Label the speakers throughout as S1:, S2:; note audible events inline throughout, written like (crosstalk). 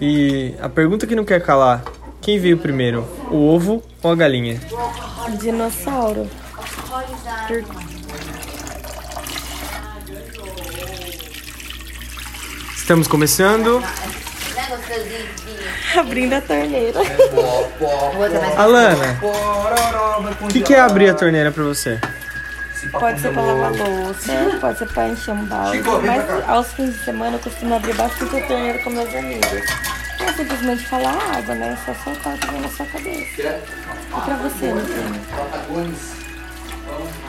S1: E a pergunta que não quer calar: quem veio primeiro, o ovo ou a galinha?
S2: Dinossauro.
S1: Estamos começando.
S2: (laughs) Abrindo a torneira.
S1: Alana, o que, que é abrir a torneira pra você?
S2: Pode ser pra lavar louça, pode ser pra encher um balde. Mas aos fins de semana eu costumo abrir bastante a torneira com meus amigos. Não é simplesmente falar água, né? É só soltar o que vem na sua cabeça. E pra você, Luciano?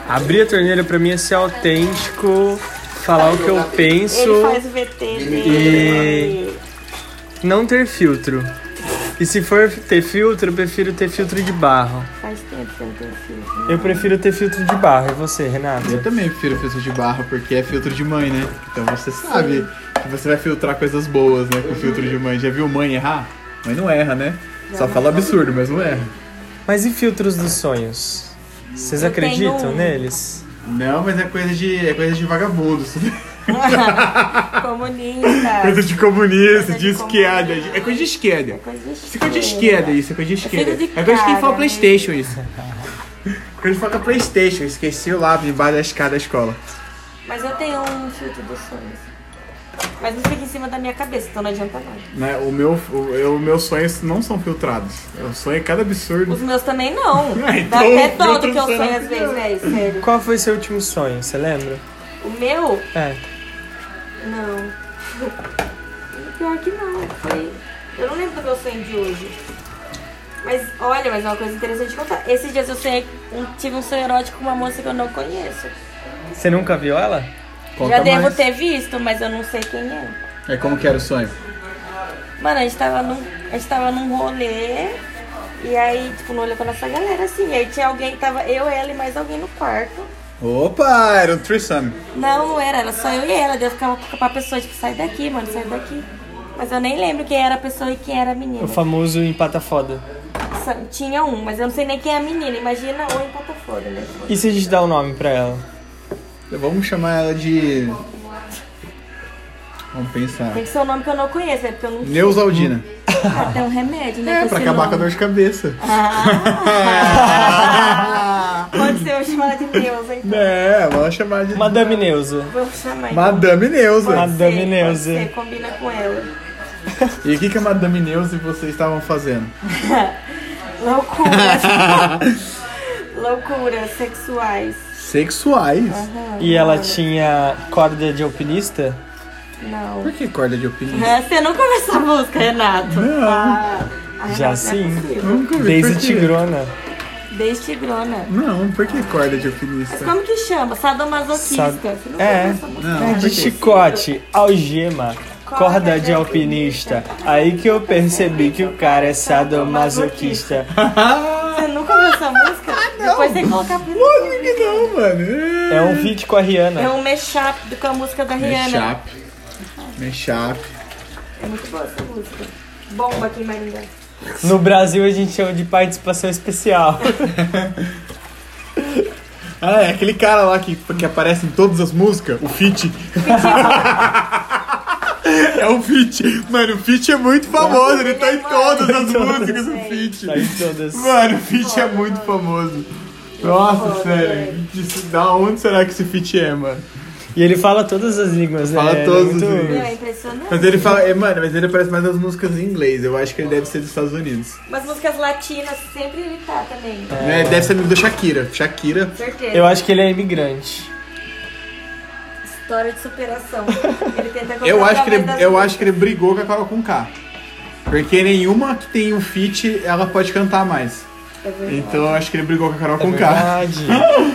S1: Abrir a torneira pra mim é ser autêntico, falar o que eu
S2: Ele
S1: penso,
S2: faz o né? VT
S1: E-
S2: dele.
S1: não ter filtro. E se for ter filtro, eu prefiro ter filtro de barro.
S2: Faz tempo que eu não tenho né? filho.
S1: Eu prefiro ter filtro de barro. E você, Renato?
S3: Eu também prefiro filtro de barro, porque é filtro de mãe, né? Então você sabe que você vai filtrar coisas boas, né? Com filtro de mãe. Já viu mãe errar? Mãe não erra, né? Só fala absurdo, mas não erra.
S1: Mas e filtros dos sonhos? Vocês
S2: Eu tenho
S1: acreditam
S2: um.
S1: neles?
S3: Não, mas é coisa de, é coisa de vagabundo. isso daí.
S2: Comunista.
S3: É (laughs) coisa de comunista,
S2: Coisa
S3: de,
S2: de
S3: esquerda.
S2: comunista.
S3: É coisa de esquerda.
S2: Coisa de
S3: Isso é coisa de esquerda, isso é coisa de esquerda.
S2: filho de
S3: É coisa de quem
S2: cara,
S3: fala
S2: né?
S3: Playstation, isso. Quando fala Playstation, esqueci o lápis embaixo da escada da escola.
S2: Mas eu tenho um filtro dos sonhos. Mas não fica em cima da minha cabeça, então não adianta nada.
S3: Né? O meu, o, eu- meus sonhos não são filtrados. Eu sonho cada absurdo.
S2: Os meus também (laughs) não.
S3: Ah,
S2: Dá
S3: então,
S2: até
S3: o
S2: dó
S3: filtro
S2: do que eu
S3: do sonho
S2: sonho
S3: é
S2: às vezes, velho. Sério.
S1: Qual foi seu último sonho? Você lembra?
S2: O meu?
S1: É.
S2: Não. (laughs) Pior que não. Foi. Eu não lembro do meu sonho de hoje. Mas olha, mas é uma coisa interessante de contar. Esses dias eu sonhei, um- tive um sonho erótico com uma moça que eu não conheço.
S1: Você nunca viu ela?
S3: Conta
S2: Já devo
S3: mais.
S2: ter visto, mas eu não sei quem é.
S3: É como que era o sonho?
S2: Mano, a gente tava num, a gente tava num rolê. E aí, tipo, no olho com a nossa galera, assim. E aí tinha alguém, tava eu, ela e mais alguém no quarto.
S3: Opa, era um threesome.
S2: Não, não era, era só eu e ela. Daí eu ficava com a pessoa, tipo, sai daqui, mano, sai daqui. Mas eu nem lembro quem era a pessoa e quem era a menina.
S1: O famoso empata foda.
S2: Só- Tinha um, mas eu não sei nem quem é a menina. Imagina o empata fora, né?
S1: E se a gente dá o nome pra ela?
S3: Vamos chamar ela de... Vamos pensar.
S2: Tem que ser um nome que eu não conheço, né? Porque eu não sei.
S3: Neusaldina.
S2: Até um remédio, né?
S3: É,
S2: com
S3: pra
S2: esse
S3: acabar
S2: nome.
S3: com a dor de cabeça.
S2: (laughs) Pode ser, eu vou chamar ela de Deus, então.
S3: É, vamos chamar de...
S1: Madame Neuza.
S2: Vamos chamar então.
S3: Madame Neuza.
S2: Pode ser,
S1: Madame
S2: pode
S1: Neuza.
S2: ser, Combina com ela.
S3: E o que, que a Madame Neuza e vocês estavam fazendo? (laughs)
S2: Loucuras. Loucuras sexuais.
S3: Sexuais?
S1: E ela tinha corda de alpinista?
S2: Não.
S3: Por que corda de opinião?
S2: Ah, Você nunca ouviu essa música, Renato?
S3: Não. (laughs)
S2: Ah, ah, Renato,
S1: Já
S2: não é
S1: sim.
S2: possível.
S3: Nunca vi.
S1: Daisy
S3: por quê?
S1: Tigrona.
S2: Desde Tigrona.
S3: Não, por que corda de alpinista?
S2: Mas como que chama? Sadomasoquista.
S1: Sabe-
S2: Você nunca
S1: É.
S2: ouviu essa música?
S3: Não,
S1: É
S3: por
S1: de
S3: quê?
S1: chicote, algema, corda de
S2: de
S1: alpinista. Aí que eu percebi que o cara é sadomasoquista.
S3: Ah,
S2: Você
S3: É.
S2: nunca ouviu essa música? Depois você colocar pra
S3: Por que não, mano?
S1: É um feat com a
S2: É
S1: Rihanna.
S2: um mashup do- com a música da Rihanna.
S3: Mechap. Mechap.
S2: É muito boa essa música. Bomba aqui em Maringá.
S1: No Brasil a gente chama de participação especial.
S3: Ah, é aquele cara lá que, que aparece em todas as músicas, o Fit. (laughs) é o Fit. Mano, o Fit é muito famoso, ele tá em todas as músicas do Fit.
S1: Tá em todas.
S3: Mano, o Fit é muito famoso. Nossa, sério. Isso- Da onde será que esse Fit é, mano?
S1: E ele fala todas as línguas, né?
S3: Fala
S1: Ele é
S3: todas as
S1: muito-
S2: Meu,
S3: línguas. (laughs)
S2: é impressionante.
S3: Mas ele fala, é, mano, mas ele aparece mais nas músicas em inglês. Eu acho que ele deve ser dos Estados Unidos.
S2: Mas músicas latinas sempre ele tá também.
S3: Né, Deve ser amigo da Shakira. Shakira.
S2: Certeza.
S1: Eu acho que ele é imigrante.
S2: História de superação. Ele tenta encontrar
S3: Eu acho,
S2: o
S3: que ele,
S2: tamanho das
S3: eu
S2: coisas.
S3: acho que ele brigou com a Carol Conká. Porque nenhuma que tem um feat, ela pode cantar mais.
S2: É verdade.
S3: Então eu acho que ele brigou com a Carol
S1: É
S3: Conká.
S1: verdade.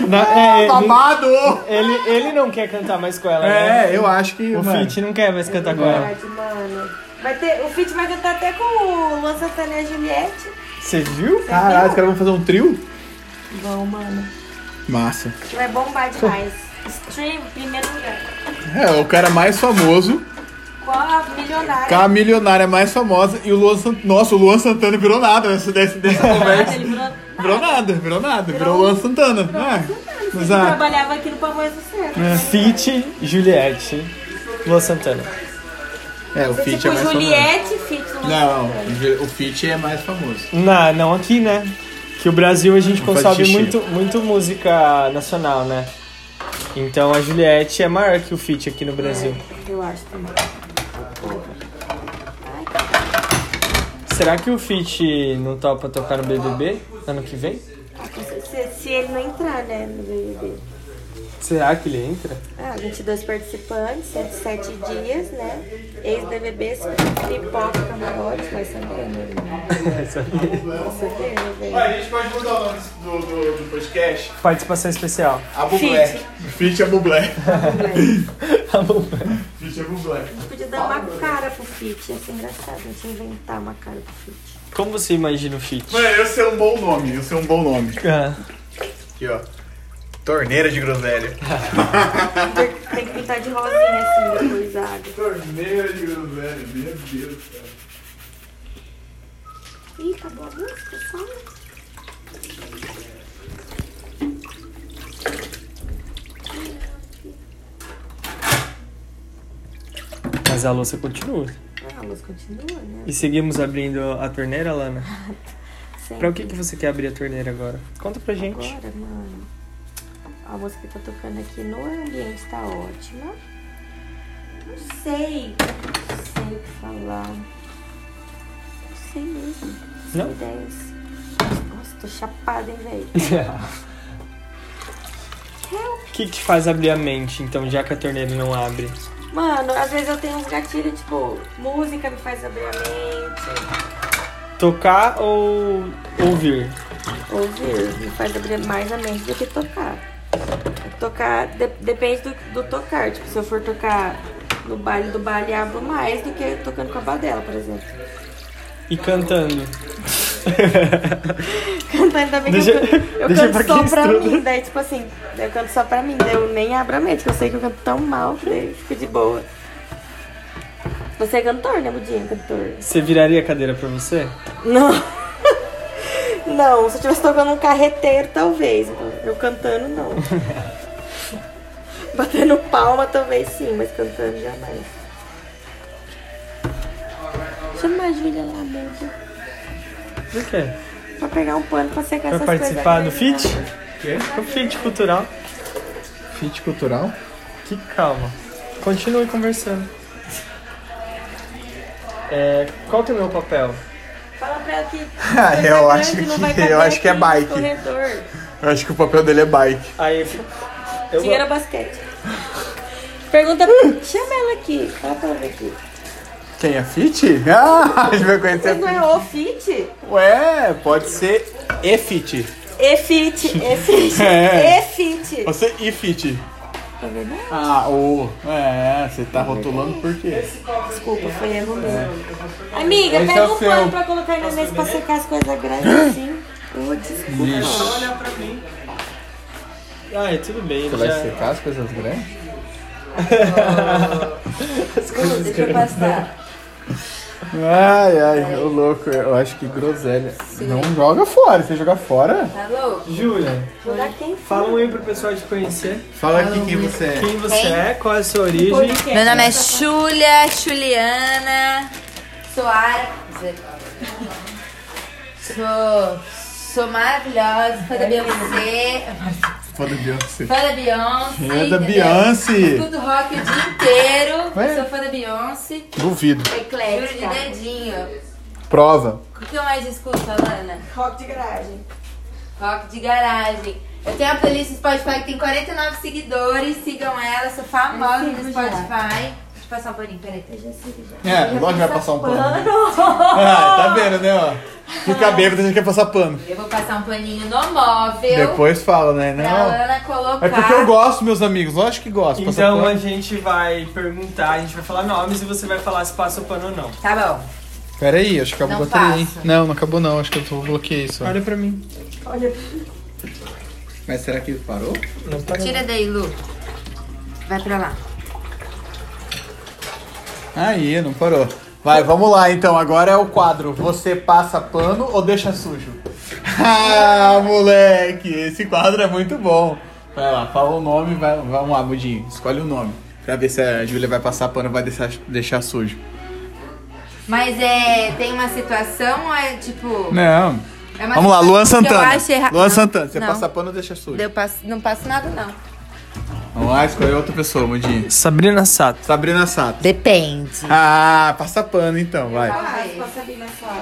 S1: Na- é, ele-
S3: Babado!
S1: ele, ele não quer cantar mais com ela, né?
S3: É, eu acho que.
S1: O
S3: mano,
S1: feat né? não quer mais cantar com ela.
S2: Verdade, mano. Vai ter, o feat vai cantar até com o Luan Santana e a Juliette.
S1: Você viu?
S3: Caralho, os caras vão fazer um trio?
S2: Vão, mano.
S3: Massa.
S2: Vai bombar demais. Stream, primeiro lugar.
S3: É, o cara mais famoso,
S2: Qual a milionária?
S3: com a milionária mais famosa e o Luan Santana. Nossa, o Luan Santana virou nada nessa, dessa, dessa
S2: Nada,
S3: conversa.
S2: ele virou-
S3: Virou nada, virou nada. Virou Luan Santana. né?
S2: Ele
S3: Exato. É.
S2: trabalhava aqui no Pavões do Cerro.
S1: Feat Juliette. Lua Santana.
S3: É, o
S2: Você é
S3: Fit
S2: tipo
S3: é mais
S2: Juliette e Fit
S3: famoso.
S2: no Instagram.
S3: Não, o Fit é mais famoso.
S1: Na, não aqui, né? Que o Brasil a gente
S3: Não faz
S1: consome
S3: xixi.
S1: muito, muito música nacional, né? Então a Juliette é maior que o feat aqui no Brasil.
S2: Eu acho também.
S1: Será que o feat não topa tocar no BBB ano que vem?
S2: Se, se ele não entrar, né, no BBB.
S1: Será que ele entra?
S3: (laughs)
S2: Ah, 22 participantes, 107 dias, né? Ex-BBB, pipoca, camarote, vai saber, né? Vai saber, né, velho?
S3: a gente pode mudar o nome do, podcast?
S1: Participação especial.
S3: A
S2: Bublé.
S3: Fit é Bublé.
S1: Tá bom, velho.
S3: Fit é Bublé.
S2: Podia dar uma cara pro Fit, ia ser engraçado a gente inventar uma cara pro Fit.
S1: Como você imagina o feat?
S3: Mano, eu sei um bom nome, eu sei um bom nome.
S1: Ah,
S3: Aqui, ó. Torneira de groselha.
S2: Tem que pintar de rosinha assim, depois água.
S3: Torneira de groselha, meu Deus, cara.
S2: Ih, acabou a música, só. um
S1: mas a louça continua.
S2: Ah, a música continua, né?
S1: E seguimos abrindo a torneira, Lana?
S2: Sempre.
S1: Pra o que, que você quer abrir a torneira agora? Conta pra gente.
S2: (laughs) Agora, mano, a música que tá tocando aqui no ambiente tá ótima. Não sei, não sei o que falar. Não sei mesmo. Sem
S1: Não?
S2: ideias. Nossa, tô chapada, hein, velho.
S1: O que que faz abrir a mente, então, já que a torneira não abre?
S2: Mano, às vezes eu tenho uns gatilhos, tipo, música me faz abrir a mente.
S1: Tocar ou ouvir?
S2: Ouvir me faz abrir mais a mente do que tocar. Tocar de- depende do, do tocar. Tipo, se eu for tocar no baile do baile, abro mais do que tocando com a badela, por exemplo. (laughs)
S1: E cantando? (laughs)
S2: Cantar ainda bem
S1: Deixa-
S2: que eu, can- eu
S1: deixa pra
S2: canto
S1: quem
S2: só pra
S1: estuda.
S2: mim. Daí, tipo assim, daí eu canto só pra mim. Daí eu nem abro a mente, que eu sei que eu canto tão mal que daí eu fico de boa. Você é cantor, né, Budinha? Cantor.
S1: Você viraria a cadeira pra você?
S2: Não. (laughs) Não, se eu estivesse tocando um carreteiro, talvez. Então, Eu cantando, não. (laughs) Batendo palma, talvez sim, mas cantando jamais. Chama a Júlia lá dentro
S1: Por quê?
S2: pra pegar um pano pra secar
S1: Pra
S2: essas
S1: participar do
S2: coisas. né?
S1: feat?
S3: Quê?
S1: O feat cultural.
S3: Fit cultural?
S1: Que calma. Continue conversando. É, qual que é o meu papel?
S2: Fala pra ela que.
S3: (laughs) Ah, eu
S2: Instagram
S3: acho
S2: não
S3: que-
S2: vai
S3: eu
S2: caber
S3: acho que é
S2: aqui no
S3: bike.
S2: Corredor.
S3: Eu acho que o papel dele é bike.
S1: Aí eu,
S2: Dinheiro é basquete. Pergunta. Chama ela aqui. Fala pra ela vir aqui.
S3: Quem é Fit? (laughs) Ah, a gente vai conhecer.
S2: Mas não é o fit?
S3: Ué, pode ser e Fit.
S2: E fit. E (laughs) fit.
S3: É.
S2: E fit.
S3: Pode ser e Fit.
S2: Tá vendo?
S3: Ah, o. É, você tá rotulando por quê?
S2: Desculpa, foi erro meu. Amiga,
S3: Esse é
S2: pega
S3: o
S2: um
S3: seu.
S2: pano pra colocar na mesa pra secar as coisas grandes assim. Ô, desculpa.
S3: Ixi.
S1: Ah, é tudo bem.
S3: Você
S1: já...
S3: vai secar as coisas grandes?
S2: Desculpa, deixa eu passar.
S3: Ai, ai, ô louco, eu acho que groselha. Não joga fora, se jogar fora.
S2: Tá louco?
S1: Júlia,
S2: Vou dar quem for.
S1: fala um aí pro pessoal te conhecer.
S3: Fala aqui quem você é.
S1: Quem você é, qual é a sua origem.
S2: Podcast.
S4: Meu nome é Júlia, Juliana, Soara. Sou, sou maravilhosa, fã da Beyoncé,
S3: Foda Beyoncé.
S4: fã da Beyoncé.
S3: É da
S4: entendeu?
S3: Beyoncé.
S4: Escuto rock o dia inteiro,
S3: Ué?
S4: sou fã da Beyoncé.
S3: Duvido.
S4: Juro de dedinho.
S3: Prova.
S4: O que eu mais escuto, Alana?
S2: Rock de garagem.
S4: Rock de garagem. Eu tenho uma playlist no Spotify que tem 49 seguidores, sigam ela, sou famosa
S2: Eu sigo
S4: no
S2: já.
S4: Spotify. Deixa eu passar um paninho, peraí.
S3: É, lógico que vai passar um pano. Ah, tá vendo, né, ó? Fica bêbado, a gente quer passar pano.
S4: Eu vou passar um paninho no móvel.
S3: Depois fala, né?
S4: Pra
S3: Não.
S4: Ana colocar.
S3: É porque eu gosto, meus amigos. Lógico que gosto. Passar
S1: Então a
S3: pano.
S1: gente vai perguntar, a gente vai falar nomes e você vai falar se passa o pano ou não.
S4: Tá bom.
S3: Pera aí, acho que acabou a
S4: Não
S3: bateria, hein?
S4: passa.
S3: Não, não acabou não. Acho que eu tô- bloqueei isso.
S1: Olha pra mim.
S2: Olha,
S3: Mas será que parou?
S1: Não tá
S4: Tira daí, Lu. Vai pra lá.
S3: Aí, não parou. Vai, vamos lá então. Agora é o quadro. Você passa pano ou deixa sujo? (laughs) ah, moleque, esse quadro é muito bom. Vai lá, fala o nome, vai, vamos lá, Budinho. Escolhe o nome. Pra ver se a Júlia vai passar pano ou vai deixar, deixar sujo.
S4: Mas é. Tem uma situação ou é tipo.
S3: Não.
S4: É uma
S3: Vamos lá,
S4: situação
S3: Luan
S4: que Eu
S3: Santana.
S4: acho erra...
S3: Luan Santana, você
S4: não.
S3: passa pano ou deixa sujo?
S4: Eu passo, não passo nada, não.
S3: Vamos lá, escolher outra pessoa, Mudinho.
S1: Sabrina Sato.
S3: Sabrina Sato.
S4: Depende.
S3: Ah, passa pano então, vai.
S4: Talvez.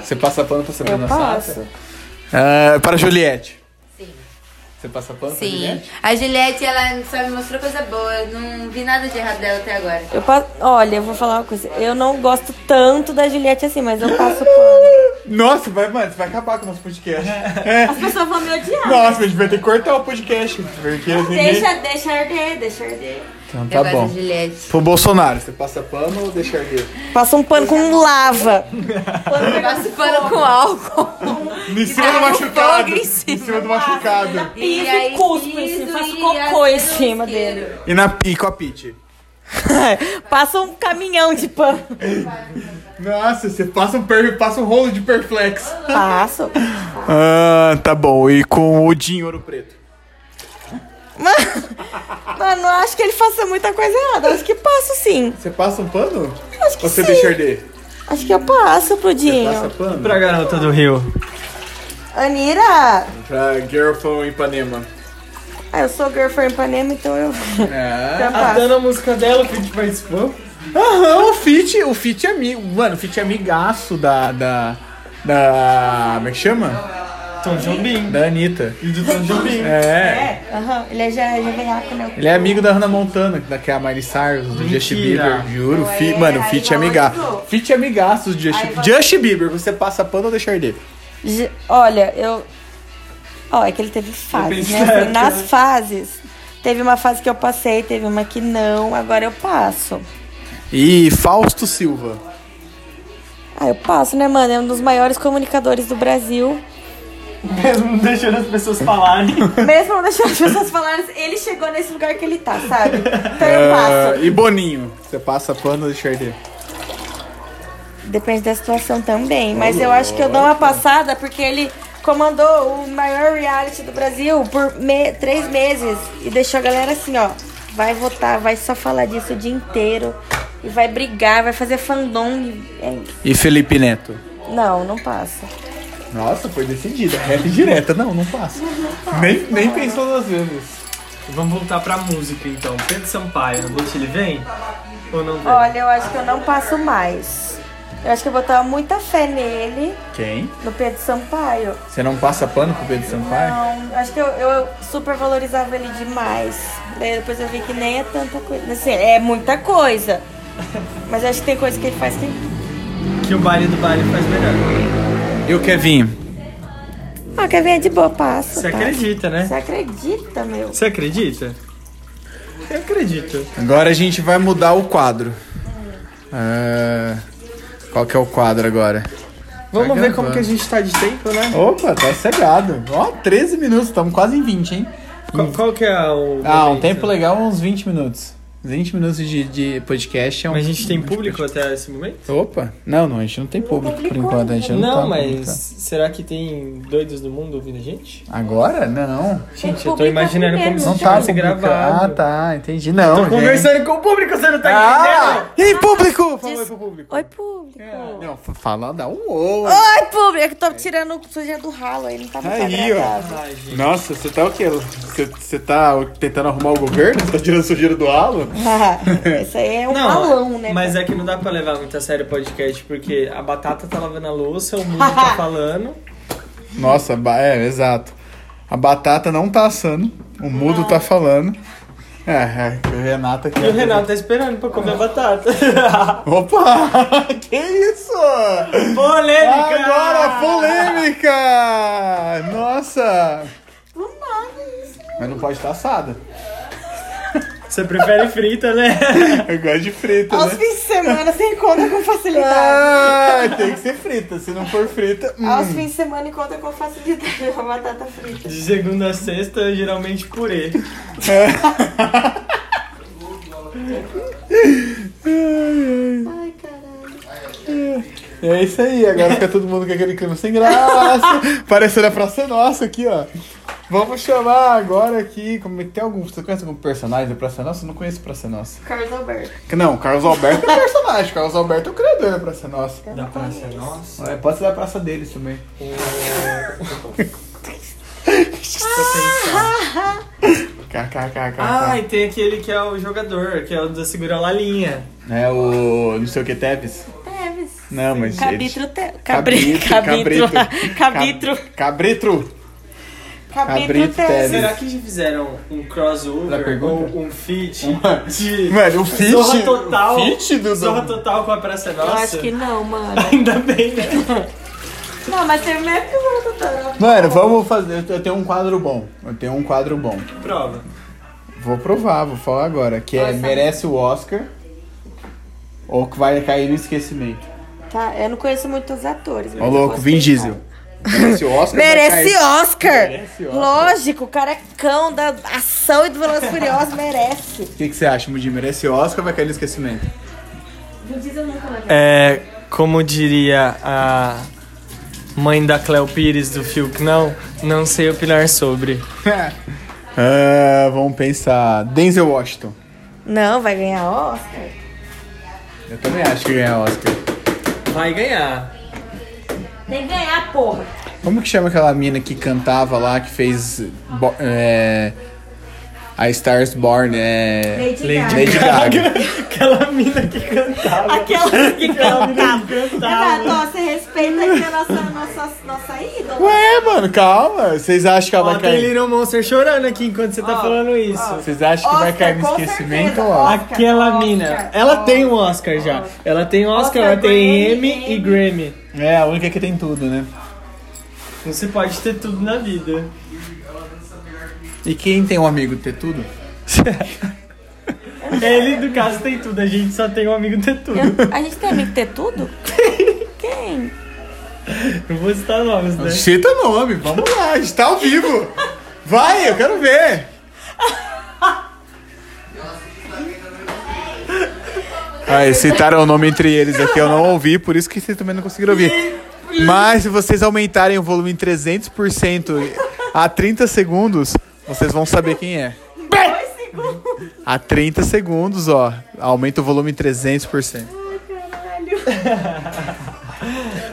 S3: Você passa pano pra Sabrina
S2: Eu
S3: Sato?
S2: passo.
S3: Ah, para Juliette.
S4: Sim.
S3: Você passa pano pra
S4: Sim.
S3: Juliette?
S4: A Juliette, ela só me mostrou coisa boa. Eu Não vi nada de errado dela até agora.
S2: Eu passo... Olha, eu vou falar uma coisa. Eu não gosto tanto da Juliette assim, mas eu passo (laughs) pano.
S3: Nossa, vai, mano, você vai acabar com o nosso podcast. É.
S2: As pessoas vão me odiar.
S3: Nossa, a gente vai ter que cortar o podcast. Porque ninguém...
S2: deixa arder, deixa arder.
S3: Então
S4: eu
S3: tá
S4: gosto da
S3: bom.
S4: Juliette.
S3: Pro Bolsonaro, você passa pano ou deixa arder?
S2: Passa um pano com lava.
S4: Eu passo pano com álcool.
S3: Em cima do
S4: Taca o
S3: machucado.
S4: fogo em
S3: Em
S4: cima.
S3: cima do machucado.
S2: Piso e cuspo em cima,
S4: piso
S2: faço
S4: e
S2: cocô em
S4: acendo um
S2: cima
S4: isqueiro.
S2: dele.
S3: E, na, e com a Pete.
S2: (laughs) Passa um caminhão de pano.
S3: Nossa, você passa um, per, passa um rolo de perflex.
S2: Passo.
S3: Ah, tá bom. E com o Dinho Ouro Preto.
S2: Mano, não acho que ele faça muita coisa errada. Acho que passo sim.
S3: Você passa um pano?
S2: Acho que
S3: Ou você
S2: sim.
S3: deixa arder?
S2: Acho que eu passo pro Dinho.
S3: Passa pano?
S1: Pra garota do Rio.
S2: Anira!
S3: Pra Girl from Ipanema.
S2: Ah, eu sou girlfriend panema, então eu.
S3: É.
S2: eu passo.
S1: a música dela, que a gente participou.
S3: Aham, o Fit, o Fit é amigo. Mano, o Fit é amigaço da. Da. Da. Como é que chama?
S1: Tom
S3: (laughs)
S1: Jobim.
S3: Da Anitta.
S1: E do Tom Jobim.
S3: É.
S2: Aham, ele é já, já veiaco, né?
S3: Ele é amigo da Hannah Montana, da- que é a Miley Cyrus, do
S1: Mentira.
S3: Justin Bieber, juro.
S4: Ué,
S3: Fi, mano, o
S4: aí
S3: Fit é amigaço.
S4: valorizou.
S3: Fit é amigaço do Justin
S4: Aí
S3: Bieber.
S4: valorizou.
S3: Justin Bieber, você passa pano ou deixa arder?
S2: Ge- Olha, eu. Ó, é que ele teve fases,
S1: Depende
S2: né?
S1: da
S2: Assim,
S1: época,
S2: nas fases. Teve uma fase que eu passei, teve uma que não, agora eu passo.
S3: E Fausto Silva.
S2: Ah, eu passo, né, mano? É um dos maiores comunicadores do Brasil.
S1: Mesmo deixando as pessoas falarem.
S2: Mesmo não deixando as pessoas falarem, ele chegou nesse lugar que ele tá, sabe? Então eu
S3: Ah,
S2: passo.
S3: e Boninho, você passa pano ou deixa arder?
S2: Depende da situação também. Mas eu acho que eu dou uma passada porque ele comandou o maior reality do Brasil por me- três meses e deixou a galera assim, ó. Vai votar, vai só falar disso o dia inteiro. E vai brigar, vai fazer fandom. e é isso.
S3: E Felipe Neto.
S2: Não, não passa.
S3: Nossa, foi decidida. Reta e direta. Não, não passa. Nem, nem pensou duas vezes.
S1: Vamos voltar pra música então. Pedro Sampaio, no Bote ele vem? Ou não vem?
S2: Olha, eu acho que eu não passo mais. Eu acho que eu botava muita fé nele,
S3: Quem?
S2: no Pedro Sampaio.
S3: Você não passa pano pro Pedro Sampaio?
S2: Não, acho que eu, eu super valorizava ele demais. Daí depois eu vi que nem é tanta coisa. Assim, é muita coisa. Mas acho que tem coisa que ele faz que.
S1: Que o baile do baile faz melhor.
S3: E o Kevin?
S2: Ah, quer ver? É de boa passo.
S1: Você
S2: tá?
S1: acredita, né?
S2: Você acredita, meu?
S1: Você acredita? Eu acredito.
S3: Agora a gente vai mudar o quadro. Ah, qual que é o quadro agora?
S1: Vamos ver como
S3: gravando.
S1: que a gente tá de tempo, né?
S3: Opa, tá cegado. Ó, 13 minutos, estamos quase em 20, hein?
S1: Qual, qual que é o.
S3: Ah, um
S1: momento?
S3: tempo legal, uns 20 minutos. 20 minutos de, de podcast é um.
S1: Mas a gente tem público até esse momento?
S3: Opa! Não, não, a gente não tem público por enquanto. A gente não, tá
S1: Não,
S3: com
S1: mas
S3: público.
S1: será que tem doidos do mundo ouvindo a gente?
S3: Agora? Não.
S1: Gente, eu tô imaginando como se
S3: Não tá
S1: tivesse
S3: publicado. Ah,
S1: gravado.
S3: tá, entendi. Não.
S1: Tô conversando com o público, você não tá
S3: Ah!
S1: entendendo?
S3: E aí, público? Fala
S2: Diz-
S3: aí pro público.
S2: Oi, público.
S1: É,
S3: Não, fa- fala, dá um ou.
S2: Oi, público. É que eu tô tirando sujeira do ralo aí, não tá muito
S3: Aí, ó.
S2: agradável. (laughs)
S1: Ai, gente.
S3: Nossa, você tá o quê? Você, você tá tentando arrumar o governo? Você tá tirando sujeira do ralo?
S2: Isso aí é um
S1: Não,
S2: balão, né?
S1: mas é que não dá pra levar muito a sério o podcast, porque a batata tá lavando a louça, o mundo tá falando.
S3: Nossa, ba- é, exato. A batata não tá assando, o mudo tá falando. É, é, que o Renato aqui.
S1: E o Renato tá esperando pra comer a (laughs) batata.
S3: Opa! (laughs) Que isso?
S1: Polêmica!
S3: Agora, polêmica!
S1: é-
S3: Nossa! Mas não pode estar assada.
S1: Você prefere frita, né?
S3: Eu gosto de frita,
S2: Aos
S3: né?
S2: fins de semana você encontra com facilidade.
S3: Ah, tem que ser frita. Se não for frita. hum.
S1: Ah.
S2: Aos fins de semana encontra com facilidade (laughs) uma batata frita.
S1: De segunda a sexta, geralmente purê.
S3: É (laughs) isso aí, agora fica todo mundo com aquele clima sem graça. Parecendo a Praça Nossa aqui, ó. Vamos chamar agora aqui. Como é que tem algum. Você conhece algum personagem do Praça Nossa? Eu não conheço Praça Nossa.
S4: Carlos Alberto.
S3: Não, Carlos Alberto é um personagem. Carlos Alberto é o criador da Praça Nossa.
S5: Da praça nossa.
S3: É, pode ser da praça deles também.
S2: É,
S3: KKKK.
S1: Ah, e tem aquele que é o jogador, que é o da segura lá a linha.
S3: É o. Não sei o que, Tevez?
S2: Teves.
S3: Não, mas. eles-
S2: Cabitro. Te... Cabri...
S3: Cabritro.
S2: (laughs) Cabitro. Cabitro.
S3: Ca- Cabritro. Cabrito
S2: Cabitro.
S3: Teves.
S2: Teves.
S1: Será que já fizeram um
S3: Outra
S1: crossover
S3: É, pergunta?
S1: ou um feat
S3: Uma-
S1: de
S3: Mano, o fit.
S1: Zorra Total,
S3: O fit do
S1: Zorra Total com a Praça
S2: Eu
S1: Nossa?
S2: acho que não, mano.
S1: Ainda bem, né? (laughs)
S2: Não, mas teve mesmo que eu vou contar.
S3: Mano, vamos fazer. Eu tenho um quadro bom. Eu tenho um quadro bom.
S1: Prova.
S3: Vou provar, vou falar agora. Que é merece o Oscar ou que vai cair no esquecimento.
S2: Tá, eu não conheço muitos atores. mas
S3: Ô
S2: eu tá.
S3: louco,
S2: posso
S3: Vin
S2: tentar.
S3: Diesel. Merece o Oscar. vai
S2: Merece
S3: cair-
S2: Oscar.
S3: Merece Oscar.
S2: Lógico, o carecão da ação e do Velozes e Furiosos merece.
S3: O que, que você acha, Mudim? Merece o Oscar ou vai cair no esquecimento? (laughs)
S4: Não diz eu nunca mais.
S1: É, como diria a mãe da Cleo Pires do Fiuk, não, não sei opinar sobre.
S3: Ah, vamos pensar. Denzel Washington.
S2: Não, vai ganhar Oscar.
S3: Eu também acho que ganha Oscar.
S1: Vai ganhar.
S2: Tem que ganhar, porra.
S3: Como que chama aquela mina que cantava lá, que fez bo- é, a Stars Born? É...
S2: Lady Gaga.
S3: Lady Gaga.
S1: Aquela mina que cantava.
S2: Aquela que cantava.
S1: cantava.
S2: Renato, ó, você respeita aqui a nossa, nossa, nossa ídola.
S3: Ué, mano, calma. Vocês acham que ela
S1: Ó,
S3: vai
S1: tem
S3: cair?
S1: Little Monster chorando aqui enquanto você tá falando isso.
S3: Vocês acham que vai
S2: Oscar,
S3: cair no
S2: com
S3: esquecimento
S2: certeza,
S3: ou Oscar?
S1: Aquela
S2: Oscar,
S1: mina,
S2: Oscar.
S1: ela tem um Oscar já. Ela tem um Oscar,
S2: Oscar,
S1: ela tem
S2: Grammy,
S1: Emmy e Grammy.
S3: É, a única que tem tudo, né?
S1: Você pode ter tudo na vida.
S3: E quem tem um amigo ter tudo?
S1: Ele, no caso, tem tudo. A gente só tem um amigo ter tudo.
S2: Eu- a gente tem amigo que ter
S3: (laughs)
S2: tudo? Quem?
S1: Não vou citar nomes, né?
S3: Cita nome, vamos lá, a gente tá ao vivo. Vai, eu quero ver. Aí, Ah, citaram o nome entre eles aqui, eu não ouvi, por isso que vocês também não conseguiram ouvir. Mas se vocês aumentarem o volume em 300% a 30 segundos, vocês vão saber quem é. A 30 segundos, ó, aumenta o volume em 300%.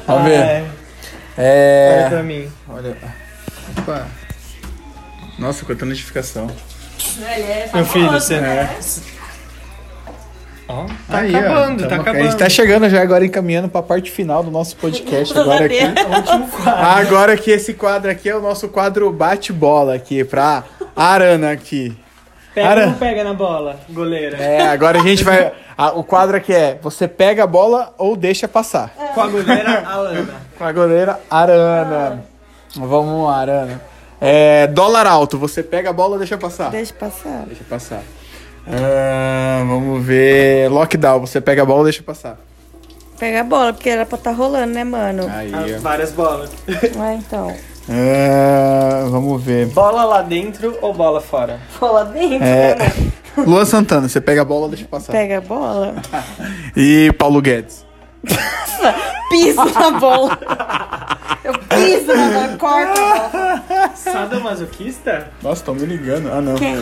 S3: Vamos ver.
S1: Ai,
S3: É...
S1: olha pra mim.
S3: Olha. Opa. Nossa, quanta notificação.
S1: Meu filho, você.
S3: É.
S1: Ó, tá acabando, tá
S3: A
S1: acabando.
S3: gente tá chegando já agora encaminhando pra parte final do nosso podcast agora aqui.
S1: Último quadro.
S3: Agora que esse quadro aqui é o nosso quadro bate-bola aqui pra Arana aqui.
S1: Pega
S3: Cara.
S1: ou não pega na bola, goleira?
S3: É, agora a gente vai. a- o quadro aqui é: você pega a bola ou deixa passar.
S1: Com a goleira, a lana.
S3: Com a goleira Arana. Vamos lá, Arana. É, dólar alto, você pega a bola ou deixa passar?
S2: Deixa eu passar.
S3: Deixa passar. Ah, vamos ver. Lockdown, você pega a bola ou deixa passar?
S2: Pega a bola, porque era pra tá rolando, né, mano?
S3: Aí.
S1: Ah, várias bolas.
S2: Ah, então.
S3: Ah, vamos ver.
S1: Bola lá dentro ou bola fora?
S2: Bola dentro,
S3: É,
S2: né, mano?
S3: Luan Santana, você pega a bola ou deixa
S2: (laughs)
S3: passar?
S2: Pega a bola.
S3: E Paulo Guedes.
S2: Pisa na bola. Eu piso na bola, corto a bola.
S1: Sadomasoquista?
S3: Nossa, tão me ligando. Ah, não.
S2: Quem?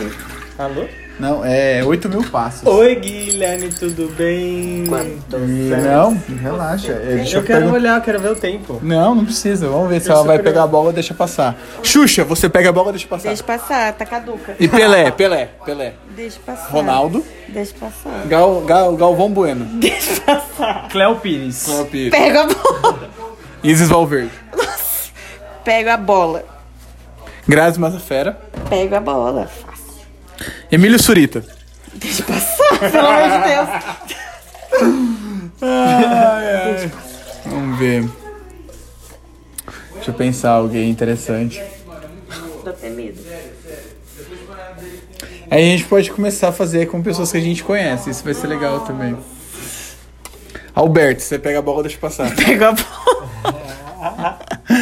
S1: Alô?
S3: Não, é 8 mil passos.
S1: Oi, Guilherme, tudo bem?
S3: Não, relaxa. É, deixa
S1: Eu quero
S3: pegar-
S1: olhar, eu quero ver o tempo. (laughs)
S3: Não, não precisa. Vamos ver se ela
S1: sou
S3: vai
S1: curioso.
S3: pegar a bola ou deixa passar. Xuxa, você pega a bola ou deixa passar?
S2: Deixa passar, tá caduca.
S3: E Pelé, Pelé, Pelé.
S2: Deixa passar.
S3: Ronaldo,
S2: Deixa passar.
S3: Gal, Gal, Galvão Bueno.
S1: Cléo Pires.
S2: Pega a bola.
S3: Isis Valverde.
S2: Pega a bola.
S3: Grazi Mazafera.
S2: Pega a bola.
S3: Emílio Surita.
S2: Deixa passar, pelo amor de Deus.
S3: Vamos ver. Deixa eu pensar alguém interessante.
S2: Tô temido.
S3: Aí a gente pode começar a fazer com pessoas que a gente conhece. Isso vai ser legal também. Alberto, você pega a bola ou deixa passar.
S2: Pega a bola.
S3: (laughs)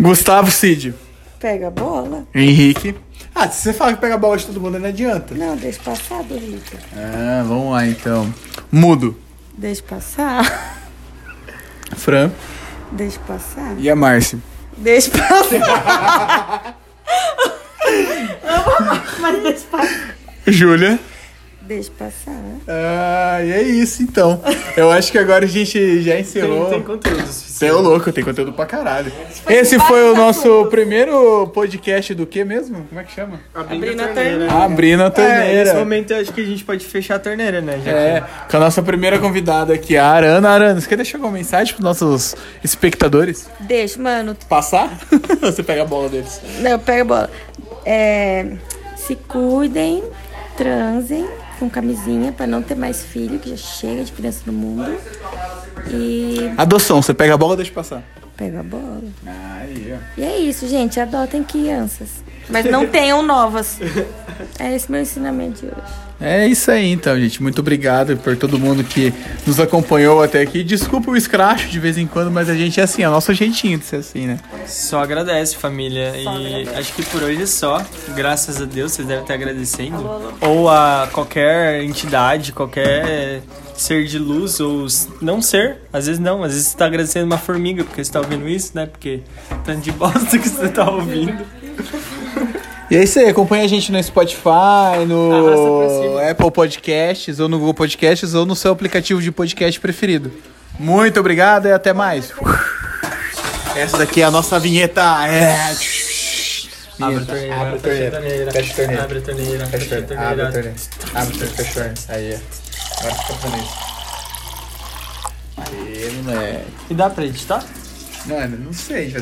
S3: Gustavo Cid.
S2: Pega a bola.
S3: Henrique. Ah, se você falar que pega a bola de todo mundo, não adianta.
S2: Não, deixa passar, bonito.
S3: Ah, vamos lá então. Mudo.
S2: Deixa passar.
S3: Fran
S2: Deixa passar.
S3: e a Márcia.
S2: Deixa passar. Mas deixa passar.
S3: Júlia.
S2: Deixa passar.
S3: Ah, e é isso então. Eu acho que agora a gente já encerrou.
S1: Tem, tem conteúdo suficiente.
S3: Você é louco, tem conteúdo pra caralho. Esse foi o nosso primeiro podcast do que mesmo? Como é que chama?
S1: Abrindo a torneira.
S3: Abrindo a
S1: É, nesse
S3: torneira.
S1: momento eu acho que a gente pode fechar a torneira, né? Já
S3: É, com a nossa primeira convidada aqui, a Arana. Arana, você quer deixar alguma mensagem pros nossos espectadores?
S2: Deixa, mano.
S3: Passar? (laughs) você pega a bola deles.
S2: Não, pega a bola. É, se cuidem, transem com camisinha pra não ter mais filho, que já chega de criança no mundo. E
S3: Adoção, você pega a bola e deixa passar.
S2: pega a bola.
S3: Ah, Aí, ó.
S2: E é isso, gente. Adotem crianças. Mas não tenham novas. É esse meu ensinamento de hoje.
S3: É isso aí então, gente. Muito obrigado por todo mundo que nos acompanhou até aqui. Desculpa o escracho de vez em quando, mas a gente é assim, é o nosso jeitinho de ser assim, né?
S1: que- Só agradece, família. e acho que por hoje é só. Graças a Deus, vocês devem estar agradecendo. Ou a qualquer entidade, qualquer ser de luz, ou s- não ser. Às vezes não, às vezes você tá agradecendo uma formiga porque você tá ouvindo isso, né? Porque tanto de bosta que você tá ouvindo.
S3: E é isso aí, acompanha a gente no Spotify,
S1: Arrasta pra
S3: no
S1: cima.
S3: Apple Podcasts, ou no Google Podcasts, ou no seu aplicativo de podcast preferido. Muito obrigado e até mais. Essa daqui é a nossa vinheta. É.
S1: Abre a torneira,
S3: Abre a
S1: fecha né? a
S3: torneira.
S1: torneira, Abre a torneira,
S3: Fecha a torneira. Fecha
S1: fecha a
S3: a Abre a
S1: torneira.
S3: torneira. Abre a torneira. Fecha a torneira. Aí. Agora fica fazendo isso. Aí, moleque.
S1: E dá pra editar?
S3: Mano, não sei. já-